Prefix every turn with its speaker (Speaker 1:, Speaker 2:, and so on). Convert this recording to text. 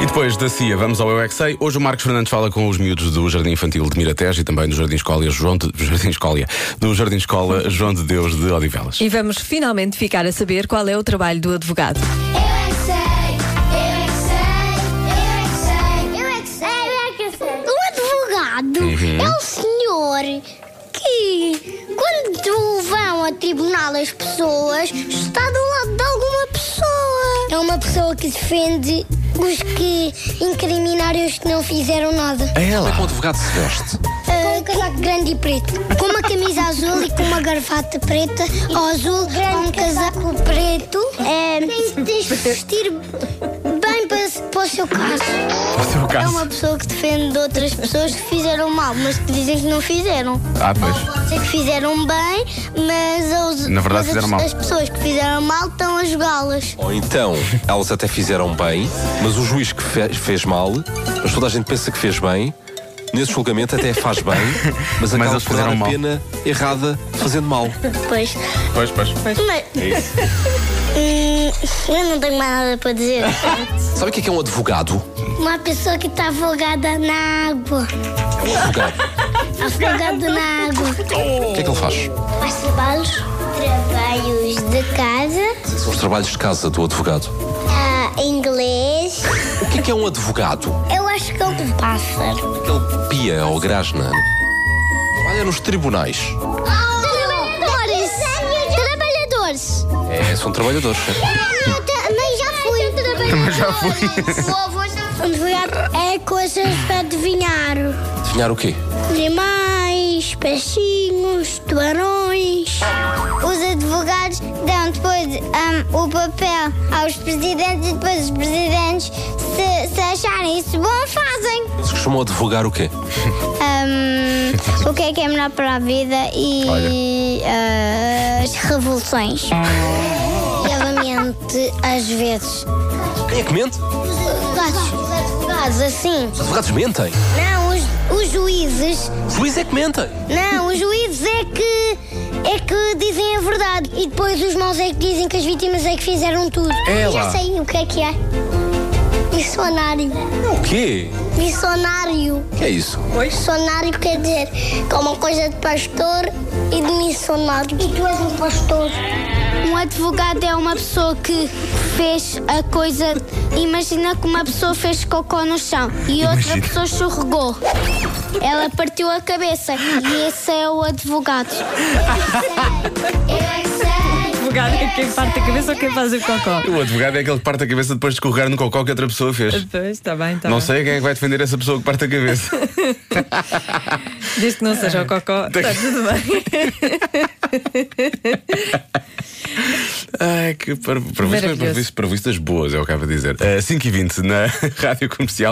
Speaker 1: E depois da CIA, vamos ao Eu é Que Sei. Hoje o Marcos Fernandes fala com os miúdos do Jardim Infantil de Miratejo e também do Jardim Escola João de, Jardim Escólia, do Jardim Escola João de Deus de Odivelas.
Speaker 2: E vamos finalmente ficar a saber qual é o trabalho do advogado.
Speaker 3: Eu é que sei, eu é que sei, eu é que sei, eu é que sei, eu é que sei. O advogado é o senhor que, quando vão a tribunal as pessoas, está do lado de alguma pessoa. É uma pessoa que defende os que incriminaram os que não fizeram nada.
Speaker 1: É ela.
Speaker 4: O advogado se veste.
Speaker 3: Com um casaco grande e preto. Com uma camisa azul e com uma gravata preta, ou azul, ou um casaco preto. É, tens de vestir bem para, para o seu caso.
Speaker 1: O seu
Speaker 3: É
Speaker 1: caso.
Speaker 3: uma pessoa que defende outras pessoas que fizeram mal, mas que dizem que não fizeram.
Speaker 1: Ah, pois.
Speaker 3: Sei que fizeram bem, mas, aos-
Speaker 1: Na verdade,
Speaker 3: mas
Speaker 1: fizeram
Speaker 3: as,
Speaker 1: mal.
Speaker 3: as pessoas que fizeram mal estão a julgá-las.
Speaker 4: Ou então, elas até fizeram bem, mas o juiz que fe- fez mal, mas toda a gente pensa que fez bem, nesse julgamento até faz bem, mas acaba
Speaker 1: eles
Speaker 4: por dar
Speaker 1: fizeram
Speaker 4: a
Speaker 1: mal.
Speaker 4: pena errada fazendo mal.
Speaker 3: Pois.
Speaker 1: Pois, pois.
Speaker 3: Mas, Hum, eu não tenho mais nada para dizer.
Speaker 4: Sabe o que é, que é um advogado?
Speaker 3: Uma pessoa que está afogada na água.
Speaker 4: Um advogado.
Speaker 3: Afogado na água.
Speaker 4: O que é que ele faz?
Speaker 3: Faz trabalhos, trabalhos de casa, Ah,
Speaker 4: São os trabalhos de casa do advogado.
Speaker 3: inglês.
Speaker 4: O que é, que é um advogado?
Speaker 3: Eu acho que é um pássaro.
Speaker 4: Aquele pia ou grasna. Trabalha nos tribunais.
Speaker 3: Trabalhadores! Trabalhadores!
Speaker 4: É, são trabalhadores.
Speaker 3: Mas já fui. Mas já fui. Um advogado é coisas para adivinhar.
Speaker 4: Adivinhar o quê?
Speaker 3: Animais, peixinhos, tubarões. Os advogados dão depois hum, o papel aos presidentes e depois os presidentes, se, se acharem isso bom, fazem.
Speaker 4: Eles costumam advogar o quê?
Speaker 3: Hum, o que é que é melhor para a vida e ah, as revoluções. E obviamente, às vezes.
Speaker 4: Quem é que mente?
Speaker 3: Os advogados, os advogados assim.
Speaker 4: Os advogados mentem.
Speaker 3: Não, os, os juízes.
Speaker 4: Os juízes é que mentem.
Speaker 3: Não, os juízes é que. É que dizem a verdade. E depois os maus é que dizem que as vítimas é que fizeram tudo.
Speaker 1: É lá.
Speaker 3: Já sei o que é que é. Missionário.
Speaker 4: É O quê?
Speaker 3: Missionário.
Speaker 4: O que é isso?
Speaker 3: Missionário quer dizer que é uma coisa de pastor e de missionário. E tu és um pastor. Um advogado é uma pessoa que fez a coisa. Imagina que uma pessoa fez cocô no chão e outra
Speaker 1: Imagina.
Speaker 3: pessoa chorregou. Ela partiu a cabeça e esse é o advogado. Eu é que sei.
Speaker 2: Advogado é quem parte a cabeça ou quem faz o cocó?
Speaker 1: O advogado é aquele que parte a cabeça depois de escorregar no cocó que outra pessoa
Speaker 3: Tá
Speaker 1: fez.
Speaker 2: Pois, está bem, está
Speaker 1: Não
Speaker 2: bem.
Speaker 1: sei quem é que vai defender essa pessoa que parte a cabeça.
Speaker 2: Desde que não seja o cocó, está tudo bem.
Speaker 1: Ai, que parvo- parvoíce, mas
Speaker 2: Maravilhoso.
Speaker 1: parvoíce- parvoíce das boas, é o que acabo de dizer. Eh, 5h20 na Rádio Comercial.